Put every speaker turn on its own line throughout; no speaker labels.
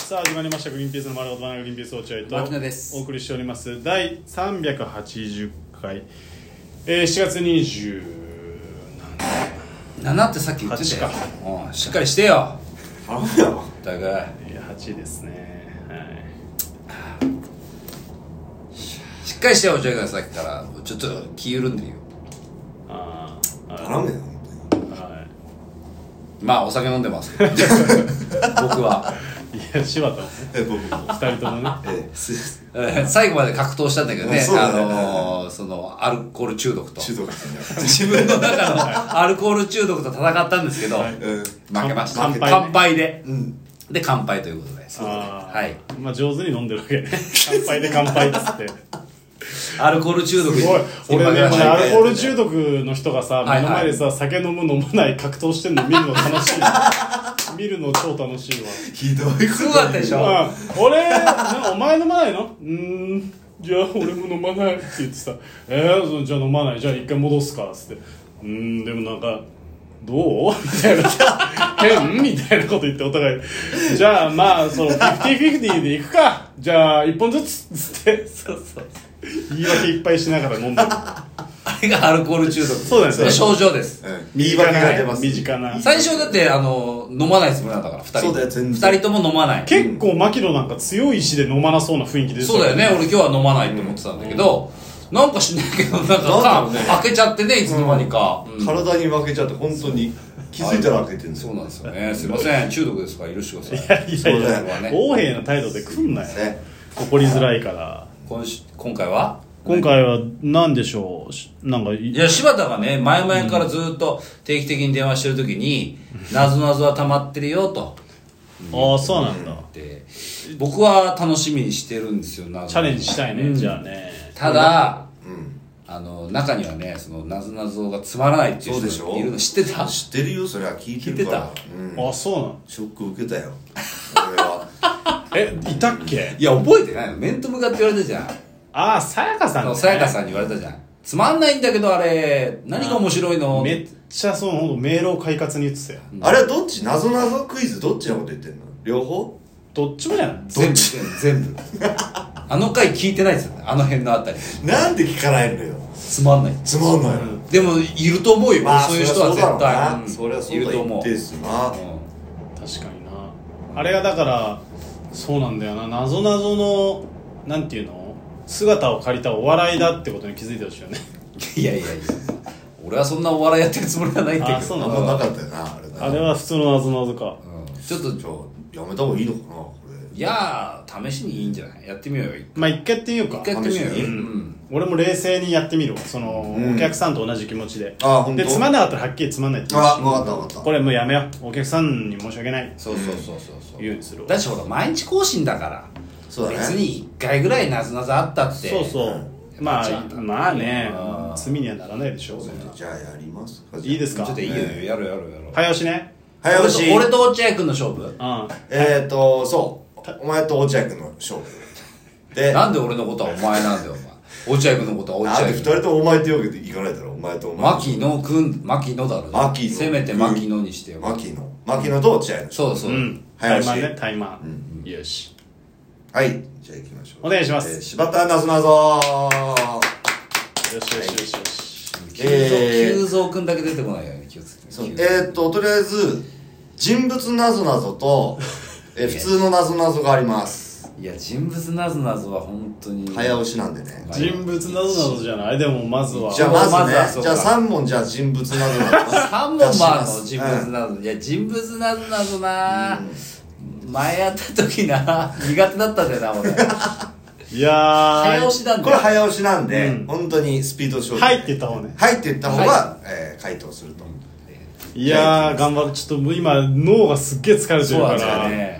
さあ始まりました「グリーンピースの丸ごとバナナグリーンピース落合」
牧野です
とお送りしております第380回、えー、7月20
7ってさっき言ってたよ
八
うんしっかりしてよ
頼むよ
だが
えー8ですねはい
しっかりしてよお茶がさっきからちょっと気緩んでるよ
あーあ
頼むよ本当に
ーは
まあお酒飲んでます 僕は、
いいや柴田も ね
え僕も
2人ともね
えす
えー最後まで格闘したんだけどね
うんそうだ
あ
よね
のーそのアルコール中毒と
中毒ですね
自分の中の アルコール中毒と戦ったんですけど、
はい
うん
負けました
乾
乾
杯
杯,、
ね
で
うん
で乾杯ということで
あー
はい
まあ上手に飲んでるわけね乾杯で乾杯っつ って
アルコール中毒に
すごい俺ね
今から
アルコール中毒の人がさ
いは
目
い
の前でさ酒飲む飲まない格闘してんの見るの楽しい 見るの超楽しいわ
ひどい
すごかったでしょ
うん俺なお前飲まないのうーんじゃあ俺も飲まないって言ってさ「えーそう、じゃあ飲まないじゃあ一回戻すか」っつって「うーんでもなんかどう?」みたいな「変?」みたいなこと言ってお互い「じゃあまあそのフィフティフィフティでいくかじゃあ一本ずつ」っつって
そうそう
言い訳いっぱいしながら飲んでる
あれがアルコール中毒
そうなんですよ
の症状です
うん右脇が出ます
身近な
最初だってあの飲まないつもりなんだから2人
そうだよ全
2
然
人とも飲まない
結構牧野なんか強い意志で飲まなそうな雰囲気で
そうだよね俺今日は飲まないと思ってたんだけど、なんかしないけどなんか
なんだろうね
缶開けちゃってねいつの間にか、うん
体に負けちゃって本当に気づいたら開けてるんです
そ
よ
うなんですよねすいません中毒ですから許してくだ
い
さい
やいやい
そ
だよ
う
や、
ね
横柄な態度で来んなよ
ね
怒りづらいから
今週今回は
今回は何でしょうしなんかい
いや柴田がね前々からずっと定期的に電話してる時に「なぞなぞは溜まってるよ」と
ああそうなんだ
で僕は楽しみにしてるんですよなぞなぞ
チャレンジしたいね、
うん
じゃあね
ただ、
うん
あの中にはねそのなぞなぞがつまらないってい
そう
う
でし
人
ょ
がいるの知ってた
知ってるよそれは聞いてるから
聞い
うん
あそうなん
ショック受けたよ俺は
えいたっけ
いや覚えてないの面と向かって言われたじゃん
ああさやかさ
あ
んね
のさやかさんに言われたじゃんつまんないんだけどあれ何が面白いの
めっちゃそのほんと迷路快活に言ってたよ
あれはどっち謎謎クイズどっちのこと言ってんの両方
どっちもやん
全部全部あの回聞いてないですよねあの辺のあたり
なんで聞かないのよ
つまんない
つまんないの
でもいると思うよ、そういう人は絶対うん
そりゃそう
い
だ
ると
ろうな
思
そりゃそうだ一定数
う、うん
な
確かになあれがだからそうなんだよな謎謎のなんていうの姿を借りたお笑いだってことに気づいてほしいよね
いやいやいや俺はそんなお笑いやってるつもりはないんだけど
あそう
あ
なんの
まなかったよなあれな
あれは普通の謎謎か
うんちょっと
じゃあやめた方がいいのかなこれ
いやー試しにいいんじゃないやってみようよ一
まあ一回やってみようか
回やってみよう
試
よ、
し
う
に
ん、
俺も冷静にやってみるわその、
うん
お客さんと同じ気持ちで
あ本当
でつまんなかったらはっきりつまんないって言う
あ
し
分かった分かった
これもうやめようお客さんに申し訳ない
そうそうそうそうそう
言うにするわ
だしほら毎日更新だから
そうだね
別に1回ぐらいなぞなぞあったって
そうそうま
やっ
あ
ちゃう
まあね
うん
罪にはならないでしょう
じゃあやりますか
いいですか
ちょっといいよ、
ええ
やろうやろうやろう、
早押しね
早押
俺
し
と俺と落合君の勝負
うん
えっとそうお前と落合君の勝負で
な
あ
んで俺のことはお前なんだよお前落合君のことは落合
と
君
二人ともお前って言うわけでいかないだろお前とお前
牧野君牧野だろ
牧野
せめて牧野にしてよ
牧野牧野と落合の勝
そうそう、
うんタイ
早
マ
押
ー
し
ねタイマーよし
負はいじゃあ行きましょう
お願いします
えー柴田なぞなぞ
よしよしよしよし
急増
えー
急増君だけ出てこないように気をつけて
そう
急増
えーっととりあえず人物なぞなぞとえー普通のなぞなぞがあります
いや人物なぞなぞは本当に
早押しなんでね
人物などなどじゃないでもまずは
じゃあまずね、
まずはそう
じ
か
ゃあ3問じゃあ人物などなど
3問もあるの人物なぞ、いや人物なぞなぞな、前やった時な苦手だったんだよな俺
いや
早押
ー
しなんだ
これ
よ
早押しなんで、
うん
本当にスピード勝負
はいって言った方ね
はいって言った方が、
は
えー回答すると
いやー頑張るちょっともう今脳がすっげえ疲れて
そう
る
な
か
んですよ
ら
ね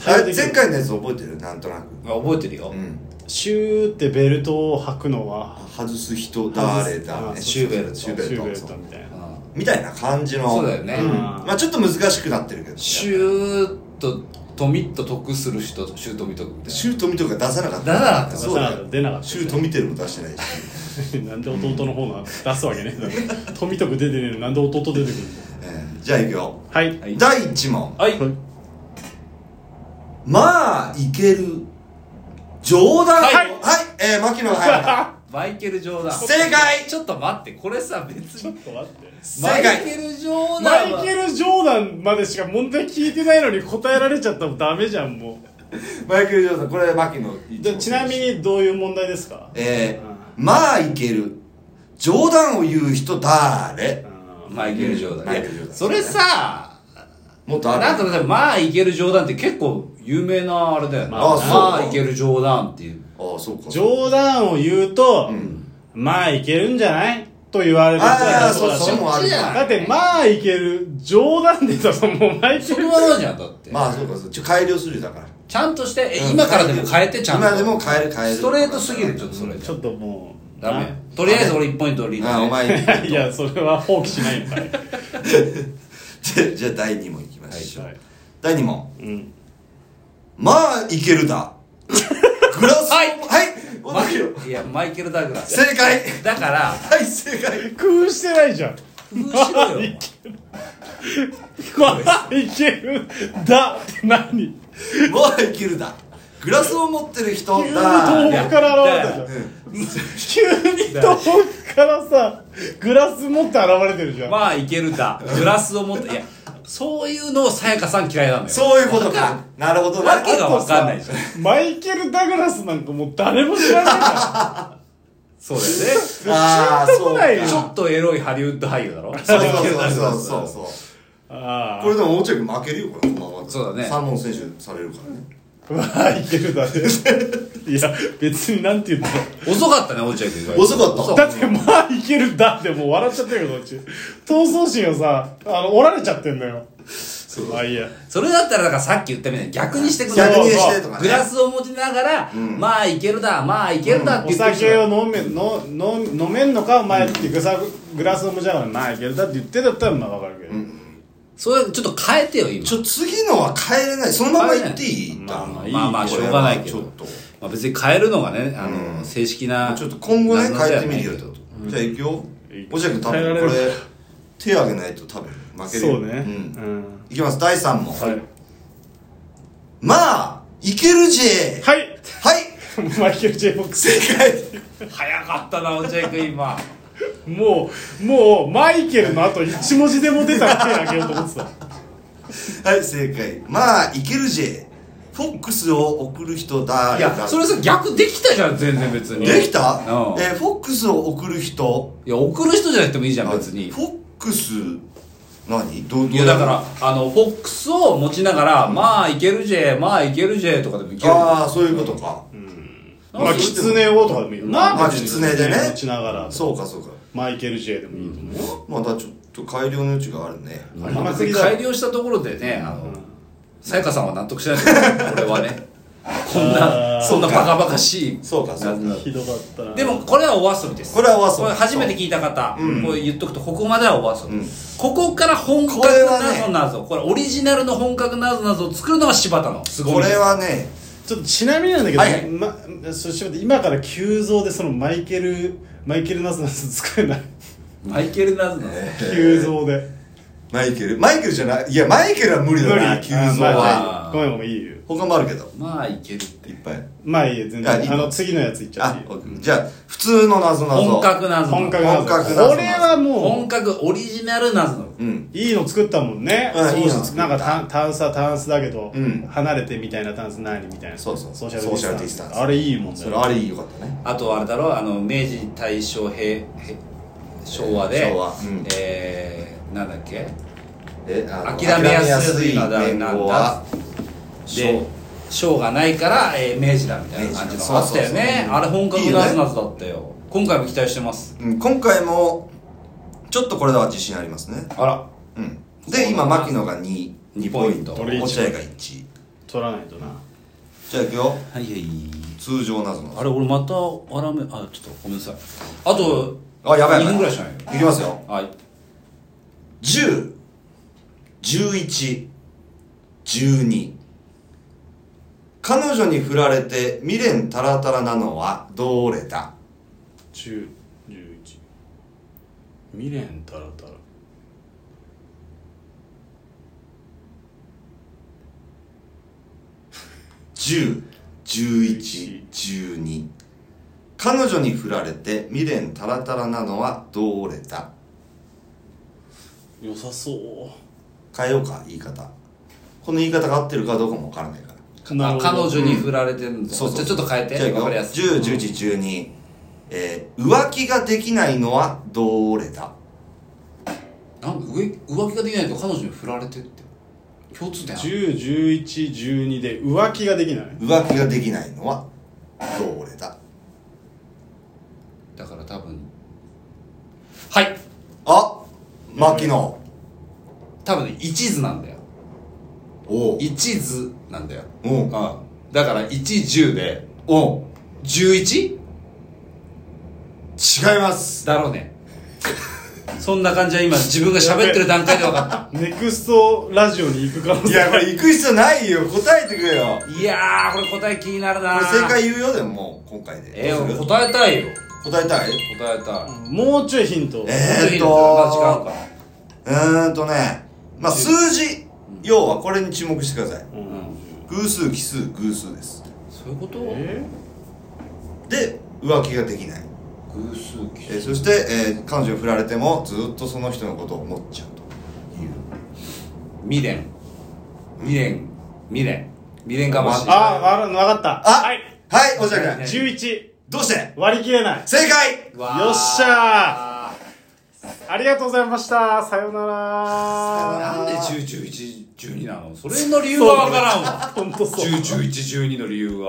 あ
対応
れ
できる
前回のやつ覚えてるなんとなく
あ覚えてるよ、
うん
シューってベルトを履くのは
外す人誰
外
だ
す
ね
シューベルト
シューベ
シ
ル
ュ
ト
ーベルトみたいな
うん
みたいな感じの
そうだよね、
うん
まあちょっと難しくなってるけど
シ
ー
ューッととみっと得する人シュートみとくみたい
シュート見とか出さなかった
出さなかった
そうだよ
出なかった
シュート見てるも出してないし
なんで弟の方が出すわけねえだろ富徳出てねえのになんで弟出てくるの
えーじゃあいくよ
はい
はい
第1問
なはい
はい
まあいける冗談
はい
えー、牧野 はい
マイケル・ジョーダン
正解
ちょっと待ってこれさ別
ちょっ
に
と待って
正解
マイケル・ジョーダン
マ
は
イケル・ジョーダンまでしか問題聞いてないのに答えられちゃったらダメじゃんも
マイケル・ジョーダンこれ牧野
うでちなみにどういう問題ですか
えー、まあいける冗談を言う人誰
マイケル・ジョーダン
マイ
い
ケルジョーダン
やそれさ
もっとある
なんかねまあいける冗談って結構有名なあれだよね
ま
あそう
まあいける冗談っていう
ああそうか
冗談を言うと、まあいけるんじゃないと言われる声
あ
が
あ
そう
そ
だ
う
し
そうもある
そっち
か
や
だってまあいける冗談でさもうマイケ
そ
ル
れはそうじゃんだって
まあそうかそうちょ改良するよだから
ちゃんとしてえ今からでも変えてちゃんと
今でも変える変える
ストレートすぎるちょっとそれ
ちょっともう
ダメとりあえず俺1ポイントリードね
ああお前 に
な いやそれは放棄しないのかい、
じゃじゃあ第2問いきましょう、
はい
第2問
うん、
まあいけ るだグラス
はい
はいお
マ
牧野
イいやマイケル・ダグラス
正解
だから
はい正解
工夫して ないじゃん
工夫しろよ
まあいけるだって何
まあいけるだグラスを持ってる人
急に
だ
東北から現れたじゃん急に東北からさグラス持って現れてるじゃん、
まあいけるだグラスを持っていやそういうのをさやかさん嫌いなのよ
そういうこと
わ
かなるほど
わ
な
けがわかんないじゃん
マイケル・ダグラスなんかもう誰も知ら ないか
そうだよね
ああ
ピンとこないよ
ちょっとエロいハリウッド俳優だろ
そうそうそうそうそう
らああ
これでも落合君負けるよこれこのまま
そうだね
三本選手されるからね
まあいけるだね いや別になんて言ったの
遅かったね落合君が
遅かった
そ う
だってまあいけるだってもう笑っちゃってるよどっち闘争心をさあの折られちゃってんのよまあいいや
それだったらだからさっき言ったみたいに逆にしてくれ
逆
そう
にしてとか
グ
ね
ラスを持ちながら、まあいけるだまあいけるだっ
お
て言って
酒を飲めのの飲めんのかお前ってグサグラスを持ちながらまあいけるだって言ってんだったらまあわかるけど、
それちょっと変えてよ今
ちょ次のは変えれないそのまま言っていい
まあまあいい
まあまあしょうがないけど
これはちょっと
まあ、別に変えるのがねあの、正式な
ちょっと今後ね
謎じ
変え
ゃ
て
ない
みるよ
けど
じゃあ行くよ
い
落合君多
変えら
分
れ
こ
る
れ手挙げないと多分負けるよ
そうね
ん
うん
いきます第3問
はい
まあいけるぜ
はい
はい
マイケル・ J ・ボックス
正解
早かったな落合君今
もうもうマイケルのあと1文字でも出たら手あげようと思ってた
はい正解まあいけるぜフォックスを送る人だ
いやそれさ逆できたじゃん全然別に
できた
うん
えーフォックスを送る人
いや送る人じゃなくてもいいじゃん別に
フォックス何どう
いやだからあのフォックスを持ちながら、まあいけるぜまあいけるぜとかでもいける
ああそういうことか、
まあ
そう
キツネをとかでもいいよな
まあ
別に
キツネでね
持ちながら
そうかそうか
マイケル・ J でもいいと思うよ、
まだちょっと改良の余地があるね
ありまくりだ
改良したところでねあのさやかさんは納得しないですよ俺はねこん
あ
な
ー
そんなバカバカしい
そうかそうか
ひどかったな
でもこれはお遊びです
これはお遊び
これ初めて聞いた方、これ言っとくとここまではお遊び、ここから本格
これはね
なぞなぞこれオリジナルの本格なぞなぞを作るのが柴田のすご
こ
い
れはね
ちょっとちなみになんだけど、
はいはい
ま、そして待って今から急増でそのマイケルマイケルナスナス作れない
マイケルなぞなぞ、
急増で
マイケルマイケルじゃないいやマイケルは無理だな
無理
急増
あ
は
まあごめんごめんいいよ
他もあるけど
まあいけるって
いっぱい
まあいいよ全
あいい
然あの次のやついっちゃっ
あ
ていいよ
じゃあ普通の謎謎
本格なぞなぞ
本格ナス
本格ナスナス
これはも
本格オリジナルなぞなぞ
うん
ういいの作ったもんね
うんいいの
そう
作った
なんかタンタンスはタンスだけど、
うん
離れてみたいなタンス何みたいな
そうそう
ソーシャル
ソーシャルディスタンス
あれいいもんだ
そ
よ
れあれよかったね
あとあれだろあの明治大正平平昭和で
昭和うん
えー、なんだっけ
えあの
諦めやすい
諦めやすい
な
年
ん
号
だ
は
で賞がないから、えー、明治だみたいな感じ
明治
の
だ
あったよ
そうそう
ね
そう
あれ本格なぞなぞだったよ今回も期待してます
うん今回もちょっとこれでは自信ありますね
あら
うんで今牧野が2
二ポイント
落合
俺
が
一
1
取らないとな
じゃあいくよ
はいはい
通常謎
あ
の
れ俺またあらめあちょっとごめんなさいあと
あやば
2
いやばい
分ぐらいしかない
いきますよ
はい
10 11 12彼女に振られて未練たらたらなのはどれだ
1011未練たらたら
10、11、12。彼女に振られて未練タラタラなのはどれだ
良さそ
変えようか、言い方。この言い方が合ってるかどうかもわからないから。
う
あ彼女に
うん
振られてるんだ、
そう
じ
そう
ゃあちょっと変えて
じゃあいく
わ
よ
かりやすい
10、11、12。えー浮気ができないのはどれだ
なんか浮浮気ができないと彼女に振られてって共通点ある
101112で浮気ができない
浮気ができないのはどれだ
だから多分はい
あ牧野。
多分ね一途なんだよ
おう。
一途なんだよ
お
う
うん
だから110で
おう
11?
違います
だろうねそんな感じは今自分が喋ってる段階で分か
ネクストラジオに行く可能
い
性
や、これ行く必要ないよ。答えてくれよ。
ったいやーこれ答え気になる
こ
な
れ正解言うよ、でももう、今回で。
え
どう
ー、
する
答えたいよ
答えたい
答えたい
もうちょいヒント
えーっと
まあ時間か
うーんとね、まあ、数字、要はこれに注目してください。
うん
偶数、奇数、偶数です。
そういうこと
え
で、浮気ができない。
偶数奇
えーそして、えー彼女に振られても、ずっとその人のことを思っちゃうという。
未練未練未練未練かもしれ
あ
な
わかるわかった
あ
はい
はい、おじゃくん。
11
どうして
割り切れない
正解
いわー
よっしゃありがとうございましたさようなら
なんで10、11、12なのそれの理由はわからんわ。
本当そう
10、11、12の理由は。